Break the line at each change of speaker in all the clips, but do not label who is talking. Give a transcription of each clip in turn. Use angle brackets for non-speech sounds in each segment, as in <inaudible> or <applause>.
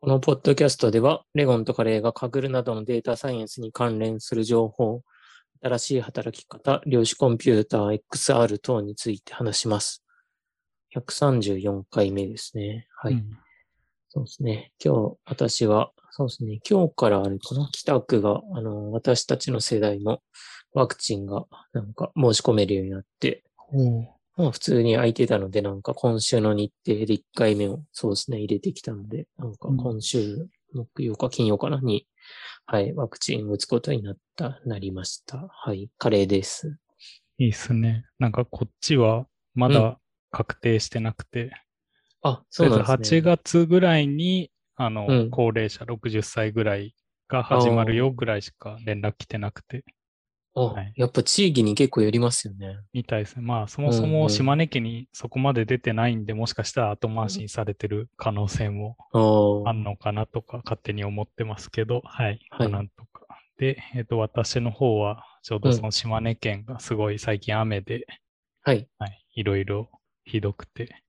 このポッドキャストでは、レゴンとカレーがカグルなどのデータサイエンスに関連する情報、新しい働き方、量子コンピューター、XR 等について話します。134回目ですね。はい。
うん
そうですね。今日、私は、そうですね。今日からあれかな北区が、あの、私たちの世代のワクチンが、なんか申し込めるようになって、
おう
まあ普通に空いてたので、なんか今週の日程で1回目をそうですね、入れてきたので、なんか
うん
今週木曜か金曜かなに、はい、ワクチンを打つことになった、なりました。はい、カレーです。
いいっすね。なんかこっちはま
う
だ確定してなくて、
あ、
と
そ
り
う
あえず
なんですね。
8月ぐらいに、あの、
うん
高齢者60歳ぐらいが始まるよぐらいしか連絡来てなくて、
あ、
はい
やっぱ地域に結構よりますよね。
みたいですね。まあ、そもそ
うんう
も
ん
島根県にそこまで出てないんで、もしかしたら後回しにされてる可能性も
ああ、
あんのかなとか、勝手に思ってますけど、はい、
はい
なんとか。で、えっ、と、私の方は、ちょうどそうの島根県がすごい最近雨で、
はい。
はい、いろいろひどくて、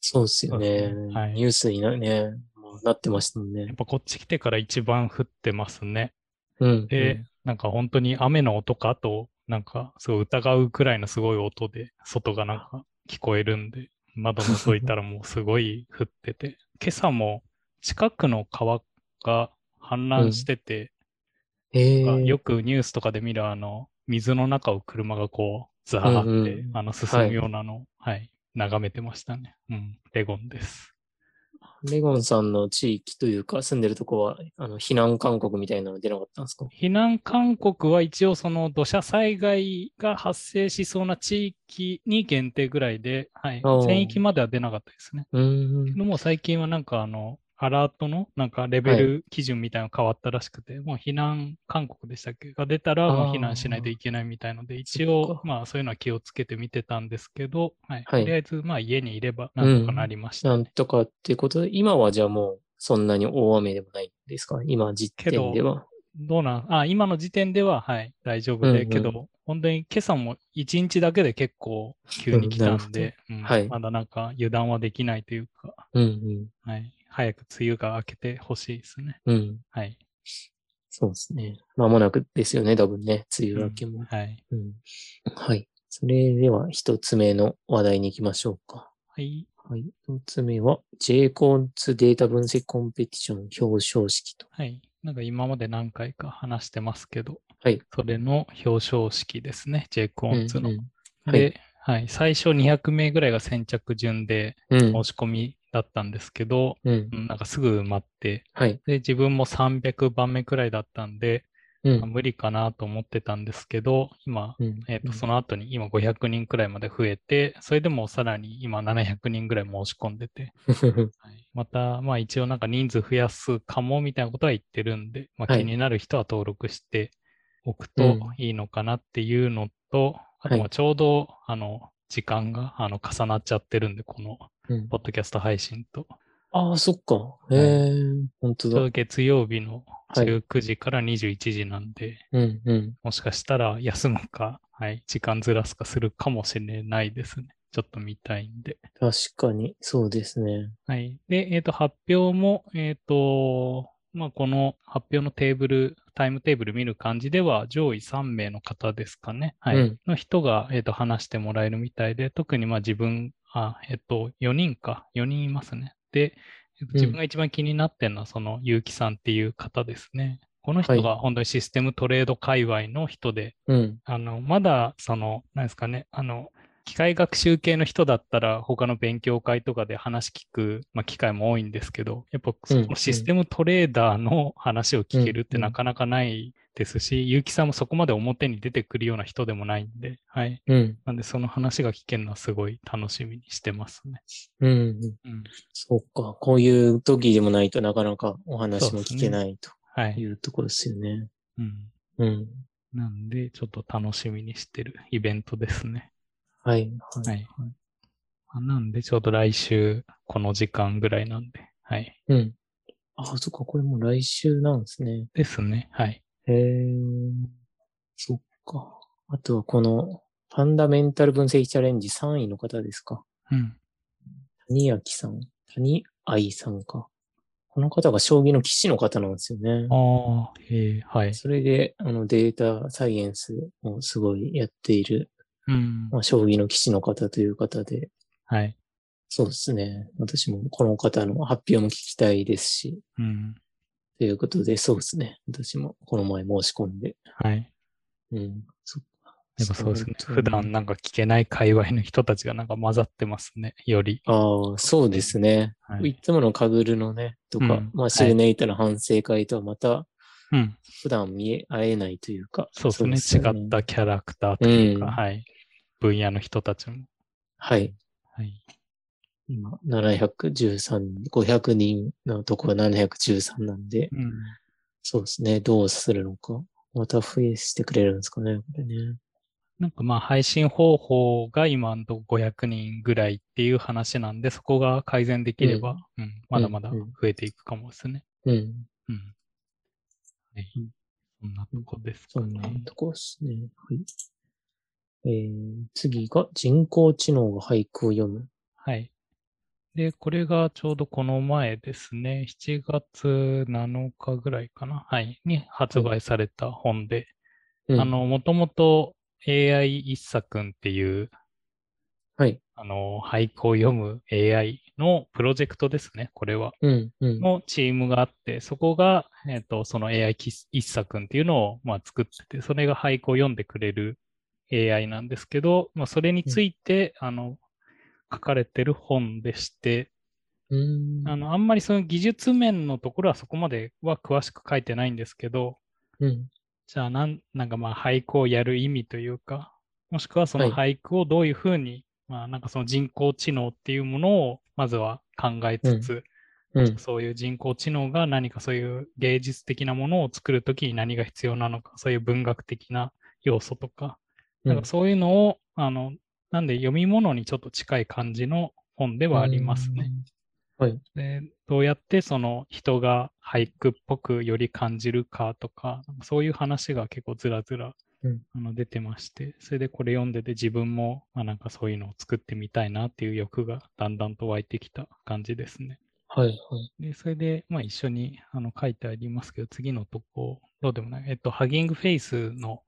そうですよ
そうで
ね
す。ねはい
ニュースにな,、ね、もうなってましたもんね
やっ。ぱこっち来てから一番降ってますね。
うん。
で、なんか本当に雨の音かと、なんかすごい疑うくらいのすごい音で、外がなんか聞こえるんで、窓覗いたらもうすごい降ってて、 <laughs> 今朝も近くの川が氾濫してて、
うん、え
なんか
ー、
よくニュースとかで見るあの、水の中を車がこう、ザーって、
うんうん
あの、進むようなの、はい、眺めてましたね。うん、レゴンです。
レゴンさんの地域というか、住んでるとこは、あの、避難勧告みたいなの出なかったんですか
避難勧告は一応その土砂災害が発生しそうな地域に限定ぐらいで、はい
おー、
全域までは出なかったですね。
うーん。
でも最近はなんかあの、アラートのなんかレベル基準みたいなの変わったらしくて、もう避難勧告でしたっけが出たら
あー
もう避難しないといけないみたいので、
そ
一
っ
応
か
まあそういうのは気をつけて見てたんですけど、はい、
はい
とりあえずまあ家にいればなんとかなりました、ね
なんとかっていうことで、今はじゃあもう、そんなに大雨でもないんですか今、時点では。
どうなんあ、今の時点では、はい、大丈夫
うんう
で、
ん
けど、本当に今朝も1日だけで結構急に来たんで、うん
はい
まだなんか油断はできないというか、
うん
はい、早く梅雨が明けてほしいですね。
うん。うん。
はい。
そうですね。間もなくですよね、多分ね。梅雨明け
うん
も。
はい。
うん。はい。それでは、一つ目の話題に行きましょうか。
はい。
はい。一つ目は、j コンツデータ分析コンペティション表彰式と。
はい。なんか今まで何回か話してますけど、
はい
それの表彰式ですね、j コンツの。
うんうん
で、はい、最初200名ぐらいが先着順で
うん。
申し込みだったんですけど、
うん。
うんなんかすぐ埋まって、
はい。
で、自分も300番目くらいだったんで、
う
まあ
ん。
無理かなと思ってたんですけど、今、
うん
えーとその後に今500人くらいまで増えて、それでもさらに今700人くらい申し込んでて、はいまた、まあ一応なんか人数増やすかもみたいなことは言ってるんで、まあ、
はい
気になる人は登録しておく
う
と
ん
いいのかなっていうのと、あと
はい
まあちょうど、あの、時間があの重なっちゃってるんで、この
<laughs> うん
ポッドキャスト配信と。
ああ、そっか。
い
へえ、本当
ちょう
だ
ど。月曜日の
はい
19時から21時なんで、
うんうん。
もしかしたら休むか、はい、時間ずらすかするかもしれないですね。ちょっと見たいんで。
確かに、そうですね。
はい。で、えっ、と、発表も、えっ、と、まあ、この発表のテーブル、タイムテーブル見る感じでは、上位3名の方ですかね。はい。
うん
の人が、えっ、と、話してもらえるみたいで、特に、まあ、自分、あ、えっ、と、4人か、4人いますね。で、えっ
うん
と自分が一番気になってるのは、その、結城さんっていう方ですね。この
は
人
い
が本当にシステムトレード界隈の人で、
うん。
あの、まだ、その、なんですかね、あの、機械学習系の人だったら、他の勉強会とかで話聞く、まあ、機会も多いんですけど、やっぱそ
うん
のシステムトレーダーの話を聞けるって
うん
なかなかないですし、結城さんもそこまで表に出てくるような人でもないんで、はい。
うん。
なんで、その話が聞けるのはすごい楽しみにしてますね。
うんうん。
うん。
そうか。こういう時でもないとなかなかお話
そう
も
です
聞
ね
けないと
はいい。
うところですよね。
うん。
うん。
なんで、ちょっと楽しみにしてるイベントですね。
はい。は。
はいい。まあなんで、ちょうど来週、この時間ぐらいなんで。はい。
うん。ああ、そっか。これもう来週なんですね。
ですね。はい。
へえ。そっか。あとはこの、ファンダメンタル分析チャレンジ3位の方ですか。
うん。
谷明さん。谷愛さんか。この方が将棋の棋士の方なんですよね。
ああ、ええはい。
それで、あの、データサイエンスをすごいやっている、
うん。
まあ、将棋の棋士の方という方で、
はい。
そうですね。私もこの方の発表も聞きたいですし、
うん。
ということで、そうですね。私もこの前申し込んで。
はい。
うん。そっか
でもそうですね。
そう
普段なんか聞けない界隈の人たちがなんか混ざってますね。より。
ああ、そうですね。
はいい。
つものカグルのね、とか、
うん
ま
は
あ、
い
シルネイタの反省会とはまた、
うん。
普段見え、会えないというか。
そうですね。
よ
違ったキャラクターというか、
うん
はい。分野の人たちも。
はい。
はい。
今、713、500人のところ713なんで、
うん。
そうですね。どうするのか。また増やしてくれるんですかね、これね。
なんかまあ配信方法が今のとこ500人ぐらいっていう話なんで、そこが改善できれば、うんまだまだ
うんう
増
ん
えていくかもですね。
うん。
うん。はい
うん。
そんなとこです
そ
か
んな
ね。
とこですね。はい。えー、次が人工知能が俳句を読む。
はい。で、これがちょうどこの前ですね、7月7日ぐらいかな、はい、に発売された本で、
うん
あ、の、もともと AI 一茶くんっていう、
はい。
あの、俳句を読む AI のプロジェクトですね、これは。
うん、うん。
のチームがあって、そこが、えっ、と、その AI き一茶くんっていうのを、まあ、作ってて、それが俳句を読んでくれる AI なんですけど、まあ、それについて、あの、書かれてる本でして、
うーん。
あの、あんまりその技術面のところはそこまでは詳しく書いてないんですけど、
うん。
じゃあなん、なんかまあ俳句をやる意味というか、もしくはその俳句をどういうふうに、まあなんかその人工知能っていうものをまずは考えつつ、
うん。
そういう人工知能が何かそういう芸術的なものを作るときに何が必要なのか、そういう文学的な要素とか、
う
なん
ん
かそういうのを、あの、なんで読み物にちょっと近い感じの本ではありますね。。でどうやってその人が俳句っぽくより感じるかとかなんかそういう話が結構ずらずら、
うん
あの出てましてそれでこれ読んでて自分も、まあ、なんかそういうのを作ってみたいなっていう欲がだんだんと湧いてきた感じですね。
はい、はい。
でそれで、まあ、一緒にあの書いてありますけど次のとこどうでもない、えっと、ハギングフェイスの、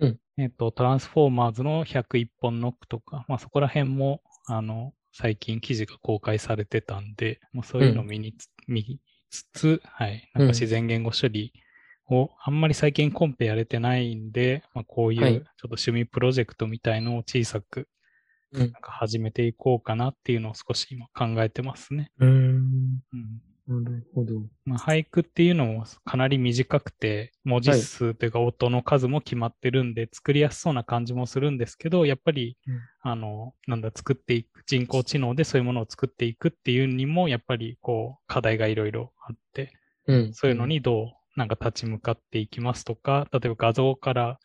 うん
えっと、トランスフォーマーズの101本ノックとか、まあ、そこら辺もあの最近記事が公開されてたんで、もうそういうのを見につ,、見つつ、はい、なん
うん
か自然言語処理を、あんまり最近コンペやれてないんで、まあ、こういうちょ
は
っ
い
と趣味プロジェクトみたいのを小さく
うん
なんか始めていこうかなっていうのを少し今考えてますね。
うーん。
うん
なるほど。
まあ、俳句っていうのもかなり短くて文字数というか音の数も決まってるんで、作りやすそうな感じもするんですけどやっぱり、
うん
あのなんだ作っていく人工知能でそういうものを作っていくっていうにもやっぱりこう課題がいろいろあって
うん。
そういうの。にどうなんか立ち向かっていきますとか例えば画像から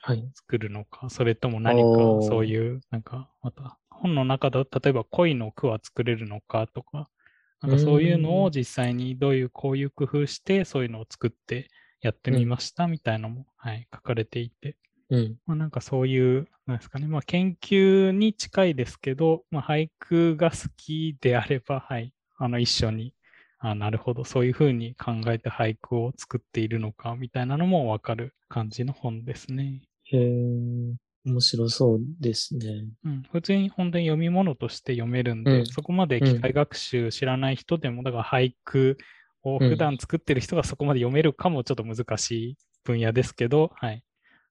はい。
作るのか、それとも何か
おー
そういう、なんかまた本の中だと例えば恋の句は作れるのかとか、なんかそういうの
う
を
ん
実際にどういうこういう工夫してそういうのを作ってやってみましたみたいなのも、はい、書かれていて、
うん。
まあ、なんかそういう、なんですかね、まあ、研究に近いですけど、まあ、俳句が好きであれば、はい、あの一緒に、あなるほど、そういうふうに考えて俳句を作っているのかみたいなのもわかる感じの本ですね。
へえ、面白そうですね。
うん、普通に本当に読み物として読めるんで、
うん
そこまで
うん
機械学習知らない人でも、だから俳句を
うん
普段作ってる人がそこまで読めるかもちょっと難しい分野ですけど、はい。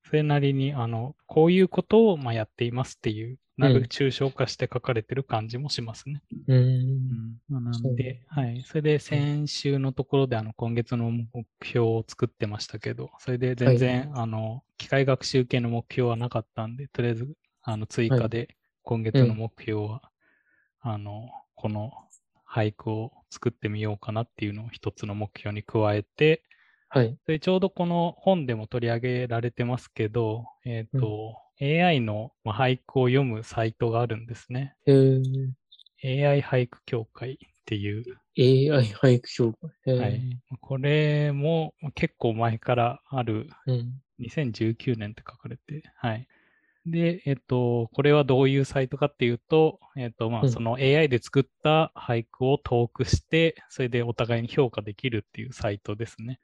それなりに、あの、こういうことをまあやっていますっていう、な
うん
る抽象化して書かれてる感じもしますね。
うー。
うんんまあ、な
そうん
で、はい。それで先週のところで、あの、今月の目標を作ってましたけど、それで全然、あの、機械学習系の目標はなかったんで、とりあえず、あの、追
は
加
い
で、今月の目標は、あの、この俳句を作ってみようかなっていうのを一つの目標に加えて、
はい。
でちょうどこの本でも取り上げられてますけど、えっ、と、AI のまあ俳句を読むサイトがあるんですね。
へ
AI 俳句協会っていう、
え、AI 俳句評価。へー
はい。これも結構前からある
うん。
2019年って書かれて、はい。で、えっと、これはどういうサイトかっていうと、えっと、
う
まあ、
ん
その AI で作った俳句を投句して、それでお互いに評価できるっていうサイトですね。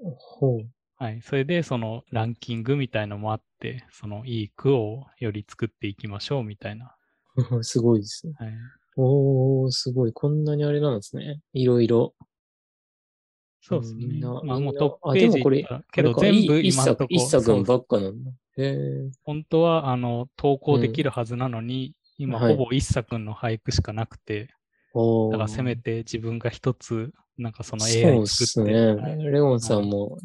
ほう。
はい。それで、そのランキングみたいのもあって、そのいい句をより作っていきましょうみたいな。
<laughs> すごいですね。
はい。
おー、すごい。こんなにあれなんですね。いろいろ。
そうですね。
みんな
まあ、もう
みんな
トッ
あ
プページ
でもこれ
行ったけど、
あれか
全部
い一
今の
作
とこ、
一作
そう
ばっかなんだ。へえ。
本当は、あの、投稿できるはずなのに、今、
はい
ほぼ一作の俳句しかなくて、
おー
だからせめて自分が一つ、なんかその
そう
AI
で
を
す
作
ね
って、。
レオンさんも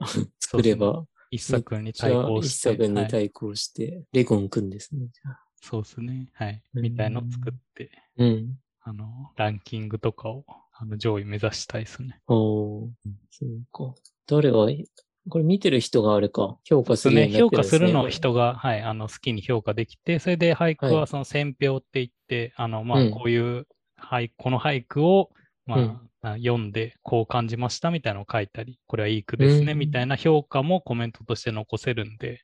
<laughs> 作れば、
一作に
じゃ
対
あ
抗
一
して、
作
は
に
い
対抗して、レゴンくんですね。じゃあ
そうですね。はい。
うん
みたいの作って、
うん。
あの、ランキングとかを、あの、上位目指したいですね。
おー
うん、
そうか。誰が、これ見てる人があれか、評価するよう
ね、
になっ
評
てるん
価
ですすね。
るのを人が、はい、あの、好きに評価できて、それで俳句
は
はいその選評って言って、あの、ま
う
あ、
ん
こういう、はい、この俳句を、まあ、
うん
あ読んで、こう感じましたみたいなのを書いたり、これはいい句ですね、
うん
みたいな評価もコメントとして残せるんで、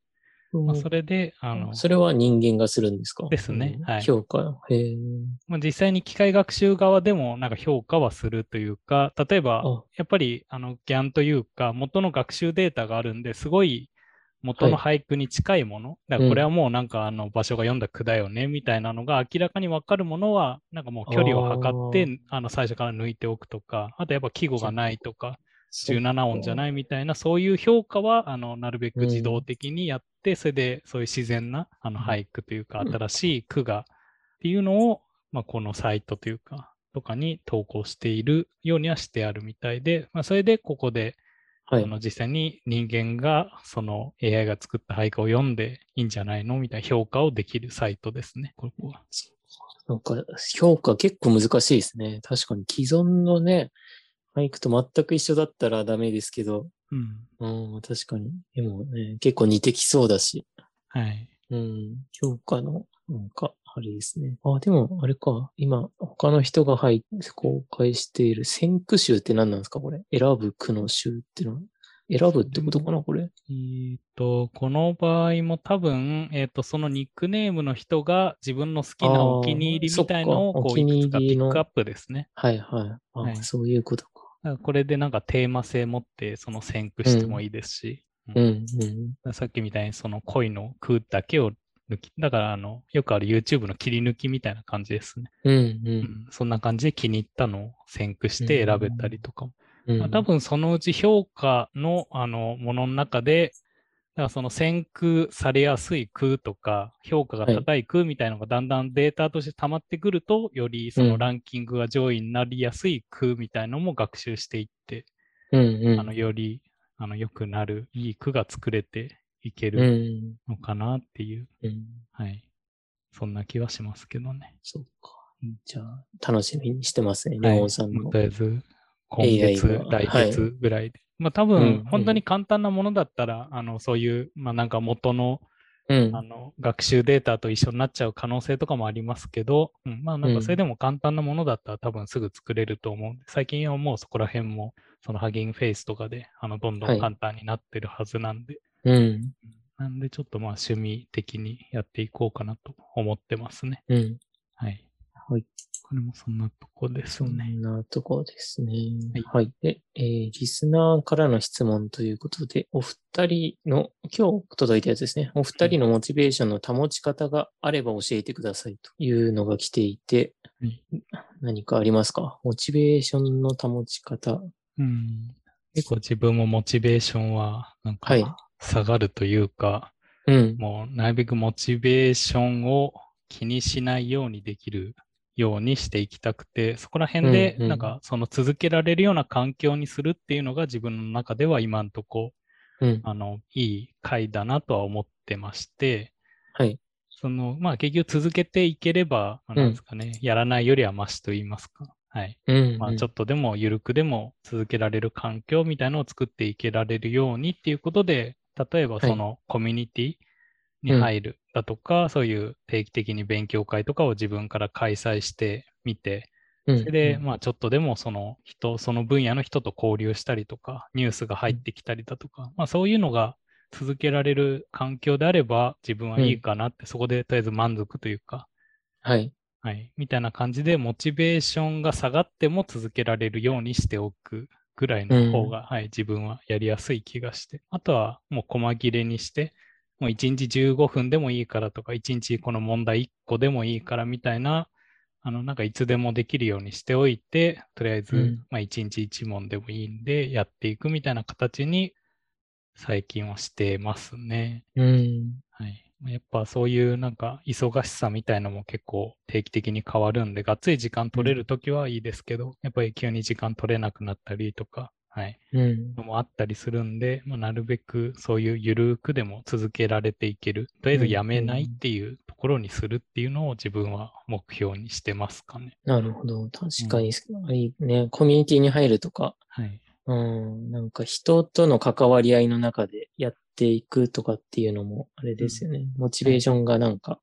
うん
まあ、それで、あの、
それは人間がするんですか
ですね
うん
はい
評価。へえ。
まあ、実際に機械学習側でもなんか評価はするというか、例えば、
あ、
やっぱりあのギャンというか、元の学習データがあるんで、すごい元の俳句に近いもの、だからこれはもうなんかあの場所が読んだ句だよねみたいなのが明らかに分かるものは、なんかもう距離を測っ
あ
てあの最初から抜いておくとか、あとやっぱ季語がないとか、17音じゃないみたいな、そういう評価はあのなるべく
うん
自動的にやって、それでそういう自然なあの
うん
俳句というか、
うん
新しい句がっていうのを、まあ、このサイトというか、とかに投稿しているようにはしてあるみたいで、まあ、それでここで、
はい
あ。の実際に人間がその AI が作った俳句を読んでいいんじゃないのみたいな評価をできるサイトですね、ここは。
なんか、評価結構難しいですね。確かに既存のね、俳句と全く一緒だったらダメですけど、
うん。
うん、確かに。でもね、結構似てきそうだし、
はい。
うん、評価の、なんか、あれですね。あ、でも、あれか、今、他の人がはい公開している選句集って何なんですかこれ。選ぶ句の集ってのは。選ぶってことかなこれ。
えーと、この場合も多分、えーと、そのニックネームの人が自分の好き
あ
な
ー
お気に入りみたいのを
そっか
こ
お
う
気
いく
に
つかピ
入りの
ックアップですね。
はいはい。あ、
はい
そういうことか。
だからこれでなんかテーマ性持ってその選句してもいいですし、
う
うん
ん、うん。
さっきみたいにその恋の句だけを抜き、だからあの、よくある YouTube の切り抜きみたいな感じですね。
うん、う
うんん、そんな感じで気に入ったのを選句して選べたりとかも。
うん。
まあ、多分そのうち評価のあのものの中で、だからその選句されやすい句とか、評価が高い句みたいなのがだんだんデータとして溜まってくると、よりそのランキングが上位になりやすい句みたいのも学習していって、
うん、うん。
あのよりあの良くなる、いい句が作れていけ
う
る
ん、
のかなっていう、
うん。
はい。そんな気はしますけどね。
そうか。じゃあ、楽しみにしてますね、
はい
レオンさん
も
の
う。とりあえず、今
AI
月、
が
来月ぐらいで。まあ多
うんう
分
ん、
本当に簡単なものだったら、あの、そういう、まあなんか元の、
うん
あ。の、学習データと一緒になっちゃう可能性とかもありますけど、うん、まあなん
う
か
ん
それでも簡単なものだったら多分すぐ作れると思うんで、最近はもうそこら辺も、そのハギングフェイスとかで、あの、どんど
は
ん
い
簡単になってるはずなんで、
うん。
なんでちょっとまあ趣味的にやっていこうかなと思ってますね。
うん。
はい。
はい。
これもそんなとこです
そ
ね。
んなとこですね。
はい
はい。で、えーリスナーからの質問ということで、お二人の、今日届いたやつですね。お二人のモチベーションの保ち方があれば教えてくださいというのが来ていて、
はい
何かありますかモチベーションの保ち方。
うん。結構自分もモチベーションは、なん
はい
か、下がるというか、
うん。
もう、なるべくモチベーションを気にしないようにできるようにしていきたくて、そこら辺で、
うんうん
なんか、その続けられるような環境にするっていうのが自分の中では今んとこ、
うん。
あの、いい回だなとは思ってまして、
はい。
その、まあ、結局続けていければ、
う
まあ
ん
なんですかね、やらないよりはマシと言いますか。はい。
うん。
まあ、ちょ
と。
っとでも緩くでも続けられる環境みたいのを作っていけられるようにっていうことで、例えば
はい
そのコミュニティに入るだとか、そういう定期的に勉強会とかを自分から開催してみて、
うん
それで、まあ、ちょっとでもその人、その分野の人と交流したりとか、ニュースが入ってきたりだとか、まあ、そういうのが続けられる環境であれば自分はいいかなって、そこでとりあえず満足というか、
はい。
はい、みたいな感じでモチベーションが下がっても続けられるようにしておくぐらいの方が、はい、自分はやりやすい気がして、あとはもう細切れにして、もう1日15分でもいいからとか、1日この問題1個でもいいからみたいな、あのなんかいつでもできるようにしておいて、とりあえず、
うん
まあ、1日1問でもいいんでやっていくみたいな形に最近はしてますね。
うん。
はい。やっぱそういうなんか忙しさみたいのも結構定期的に変わるんで、がっつり時間取れるときはいいですけど、やっぱり急に時間取れなくなったりとか、はい。
うん。
のもあったりするんで、まあ、なるべくそういうゆるくでも続けられていける。とりあえずやめないっていうところにするっていうのを自分は目標にしてますかね。
なるほど。確かに、いいね。コミュニティに入るとか、
はい。
うん、なんか人との関わり合いの中でやっていくとかっていうのもあれですよね。モチベーションがなんか、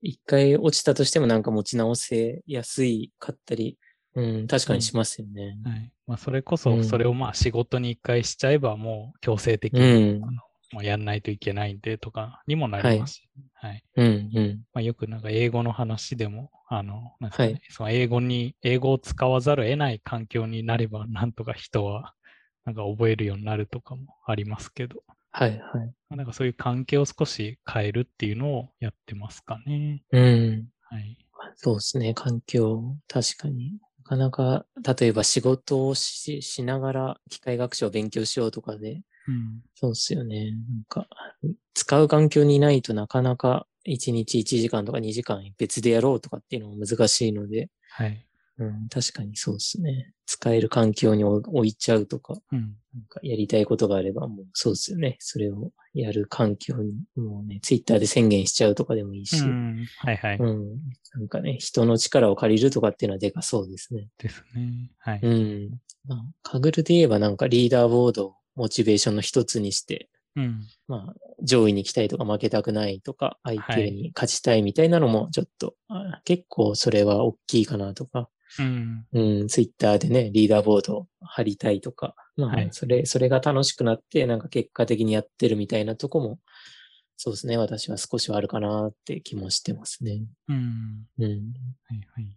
一回落ちたとしてもなんか持ち直せやすいかったり、うん、確かにしますよね。
はい。まあ、それこ
う
そ、
ん
それをまあ仕事に一回しちゃえばもう強制的
う
に
ん、
もうやんないといけないんでとかにもなりますし、はい。
うん、うん。
まあ、よくなんか英語の話でも、あの、なんか
は
ね
い
その英語に、英語を使わざるを得ない環境になれば、 <laughs> なんとか人は、なんか覚えるようになるとかもありますけど、
はい、はい。
まあなんかそういう環境を少し変えるっていうのをやってますかね。
うん。
はい。
そうですね。環境、確かに。なかなか、例えば仕事をししながら機械学習を勉強しようとかで、
うん。
そうですよね。なんか、使う環境にないとなかなか1日1時間とか2時間別でやろうとかっていうのも難しいので、
はい。
うん、確かにそうですね。使える環境に置置いちゃうとか、
うん。
なんかやりたいことがあればもうそうですよね。それをやる環境に、もうね、ツイッターで宣言しちゃうとかでもいいし、
う
うん、
んはいはい。
なんかね、人の力を借りるとかっていうのはでかそうですね。
ですね。はい。
うん。まあ、カグルで言えばなんかリーダーボードをモチベーションの一つにして、
うん。
まあ、上位に行きたいとか負けたくないとか、相
はい
手に勝ちたいみたいなのも、ちょっと、あ結構それは大きいかなとか、
うん。
うん、ツイッターでね、リーダーボードを貼りたいとか、ま
はい
あ、それ、それが楽しくなって、なんか結果的にやってるみたいなとこも、そうですね、私は少しはあるかなって気もしてますね。
うん。
うん、
はいはい。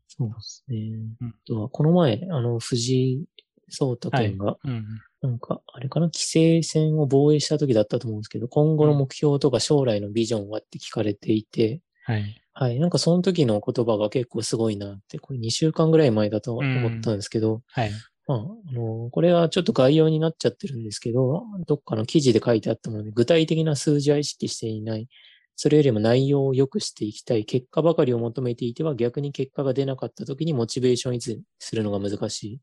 そうですね。
うん
あとは、この前、あの、藤井聡太
はい
君が、
うん。
なんか、あれかな、規制線を防衛した時だったと思うんですけど、今後の目標とか将来のビジョンはって聞かれていて、
はい。
はい、なんかその時の言葉が結構すごいなって、これ2週間ぐらい前だと思ったんですけど、
はい。
まあ、あの、これはちょっと概要になっちゃってるんですけど、どっかの記事で書いてあったもので、具体的な数字は意識していない。それよりも内容を良くしていきたい。結果ばかりを求めていては逆に結果が出なかった時にモチベーションを維持するのが難しい。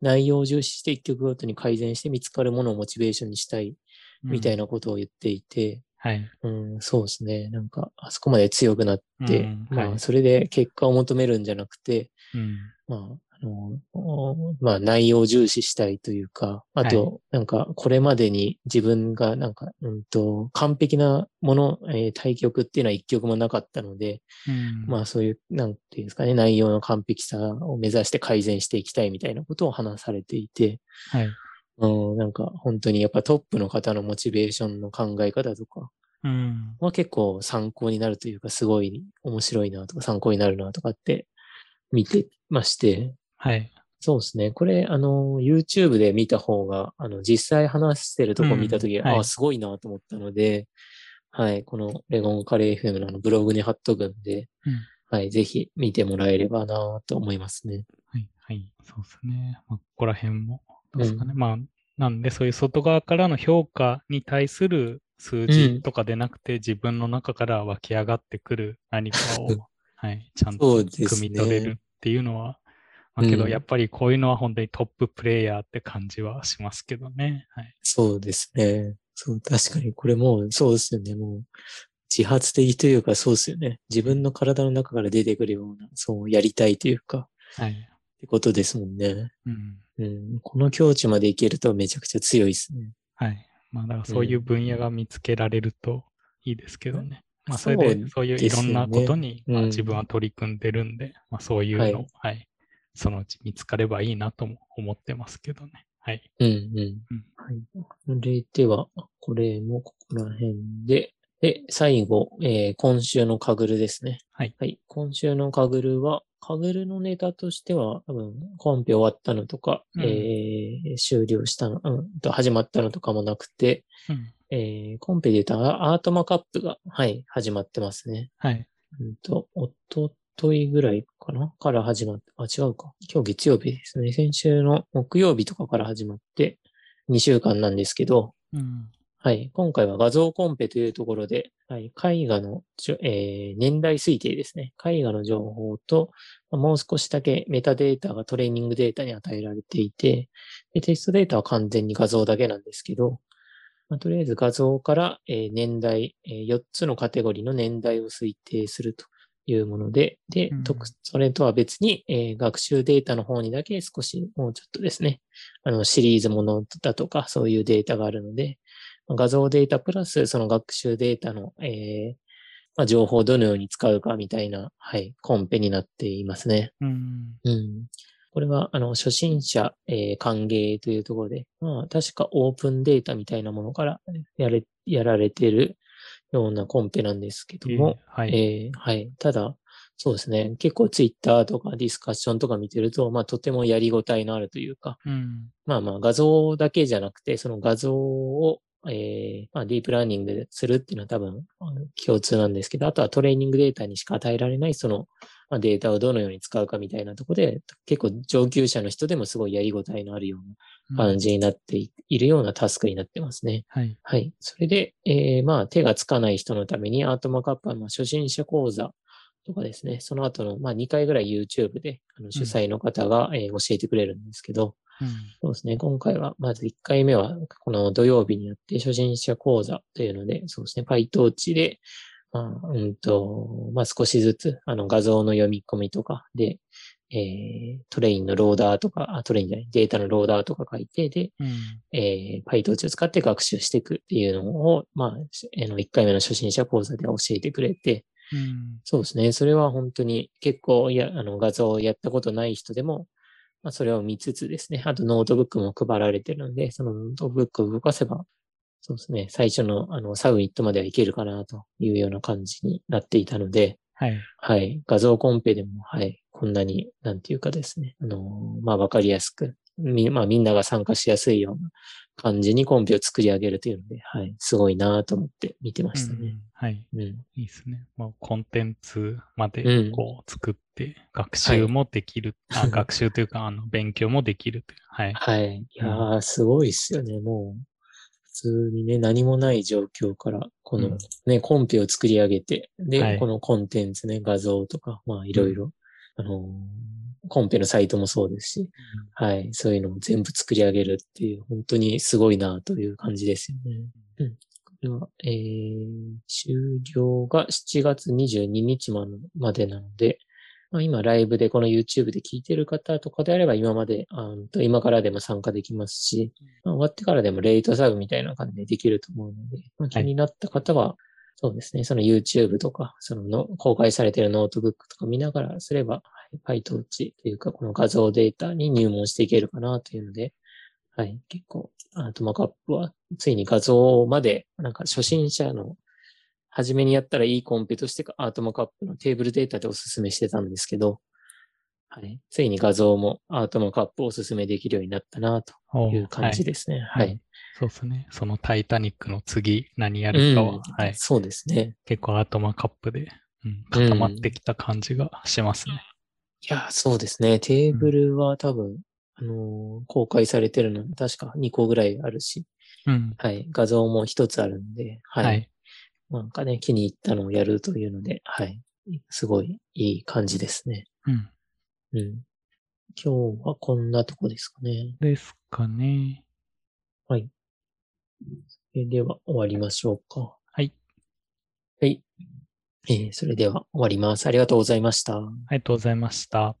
内容を重視して一曲ごとに改善して見つかるものをモチベーションにしたい。みたい
な。
なことを言っていて、
はい。
うん、そうですね。なんか、あそこまで強くなって、
うんは
ま
い
あ、それで結果を求めるんじゃなくて、
うん。
まあ、あの、おまあ、内容を重視したいというか、あと、なんか、これまでに自分が、なんか、うんと、完璧なもの、えー対局っていうのは一局もなかったので、
うん
まあ、そういう、なんていうんですかね、内容の完璧さを目指して改善していきたいみたいなことを話されていて、
はい。
うん、なんか、本当にやっぱトップの方のモチベーションの考え方とか
うん。
は結構参考になるというか、すごい面白いなとか、参考になるなとかって見てまして、
はい。
そうですね。これ、あの、YouTube で見た方が、あの、実際話してるとこ見たとき、
うんはい
あ、すごいなと思ったので、はい、このレゴンカレー FM のあのブログに貼っとくんで、
うん
はい、ぜひ見てもらえればなと思いますね。
はい、はい、そうですね。まあ、ここら辺も、どうですかね。まあ、なんで、そういう外側からの評価に対する数
うん
字とかでなくて、自分の中から湧き上がってくる何か
<laughs>
を、はい、ちゃん
そ
と
うですね
汲み取れるっていうのは、まあ、けど、
うん
やっぱりこういうのは本当にトッププレイヤーって感じはしますけどね。はい。
そうですね。そう、確かにこれもう、そうですよね。もう、自発的というか、そうですよね。自分の体の中から出てくるような、そう、やりたいというか、
はい。
ってことですもんね。
うん。
うん、この境地までいけるとめちゃくちゃ強いですね。
はい。まあ、だからそういう分野が見つけられるといいですけどね。まあ、それ
そ
で、
う
そういうい
です
ろ
よね
んなことに、ま
う
あ
ん
自分は取り組んでるんで、まあ、そういうの、
は
はいい、そのうち見つかればいいなとも思ってますけどね。はい。
うんうん。
うん
はい。それでは、これも、ここの辺で、で、最後、えー今週のカグルですね。
はい。
はい。今週のカグルは、カグルのネタとしては、多分、コンペ終わったのとか、
うん
えー終了したの、うん、と始まったのとかもなくて、
うん。
えーコンペで言ったらアートマカップが、はい、始まってますね。
はい。
うんと、おとといぐらいかなから始まって、あ、違うか。今日月曜日ですね。先週の木曜日とかから始まって、2週間なんですけど、
うん。
はい。今回は画像コンペというところで、はい、絵画のじょ、えー年代推定ですね。絵画の情報と、まあもう少しだけメタデータがトレーニングデータに与えられていて、でテストデータは完全に画像だけなんですけど、まあとりあえず画像から、えー年代、え4つのカテゴリーの年代を推定するというもので、で、
うん
特それとは別に、えー学習データの方にだけ少しもうちょっとですね、あのシリーズものだとかそういうデータがあるので、画像データプラスその学習データの、えーまあ、情報をどのように使うかみたいな、はい、コンペになっていますね。
うん。
うん。これは、あの、初心者、えー歓迎というところで、まあ、確かオープンデータみたいなものからやれ、やられてるようなコンペなんですけども、
はい。
えーはい。ただ、そうですね。結構ツイッターとかディスカッションとか見てると、まあ、とてもやりごたえのあるというか、
うん。
まあまあ画像だけじゃなくて、その画像を、えーまあ、ディープラーニングでするっていうのは多分あの共通なんですけど、あとはトレーニングデータにしか与えられないその、まあ、データをどのように使うかみたいなところで、結構上級者の人でもすごいやりごたえのあるような感じになってい,、るようなタスクになってますね。
はい。
はい。それで、えーまあ手がつかない人のためにアートマークアップはまあ初心者講座とかですね、その後の、まあ、2回ぐらい YouTube であの主催の方が、えー教えてくれるんですけど、
うん。
そうですね。今回は、まず1回目は、この土曜日になって初心者講座というので、そうですね。PyTorch で、まあ、うんと、まあ少しずつ、あの画像の読み込みとかで、えー、トレインのローダーとか、あ、トレインじゃない、データのローダーとか書いて、で、
うん。
えー、PyTorch を使って学習していくっていうのを、まあ、しあの1回目の初心者講座で教えてくれて、
うん。
そうですね。それは本当に結構いやあの画像をやったことない人でも、まあ、それを見つつですね。あとノートブックも配られてるので、そのノートブックを動かせば、そうですね。最初のあのサミットまではいけるかなというような感じになっていたので、
はい。
はい。画像コンペでも、はい。こんなに、なんていうかですね。あのーまあ、わかりやすく、み、まあ、みんなが参加しやすいような感じにコンペを作り上げるというので、はい。すごいなと思って見てました
う
ね。
んはい。
うん。
いいですね。まあ、コンテンツま
う
で
ん
こう作って、学習もできる。あ
<laughs>
学習というか、あの、勉強もできるという。はい。
はい。いやー、すごいっすよね。もう、普通にね、何もない状況から、こ
うん
のね、コンペを作り上げて、で、
はい
このコンテンツね、画像とか、まあ、いろいろ、あのーコンペのサイトもそうですし、はい、そういうのも全部作り上げるっていう、本当にすごいなという感じですよね。うん。これは、えー、終了が7月22日までまでなので、まあ、今ライブでこの YouTube で聞いてる方とかであれば今まで、あーと今からでも参加できますし、まあ、終わってからでもレイトサブみたいな感じでできると思うので、まあ、気になった方は、そうですね、その YouTube とか、そのの公開されてるノートブックとか見ながらすれば、はい、PyTorch というか、この画像データに入門していけるかなというので、はい、結構、アートマークアップは、ついに画像まで、なんか初心者の、初めにやったらいいコンペとしてか、アートマークアップのテーブルデータでおすすめしてたんですけど、はい、ついに画像もアートマークアップをおすすめできるようになったなと
お
いう感じですね。
は
はいい。
そうですね。そのタイタニックの次、何やるかは、
うん
はい。
そうですね。
結構頭カップで、うん、固まってきた感じがしますね。
いや、そうですね。テーブルは多分、あのー公開されてるの、確か2個ぐらいあるし、
うん。
はい、画像も1つあるんで、はい。
はい。
なんかね、気に入ったのをやるというので、はい。すごいいい感じですね。
うん。
うん。今日はこんなとこですかね。
ですかね。
えでは、終わりましょうか。
はい。
はい。えーそれでは終わります。ありがとうございました。
ありがとうございました。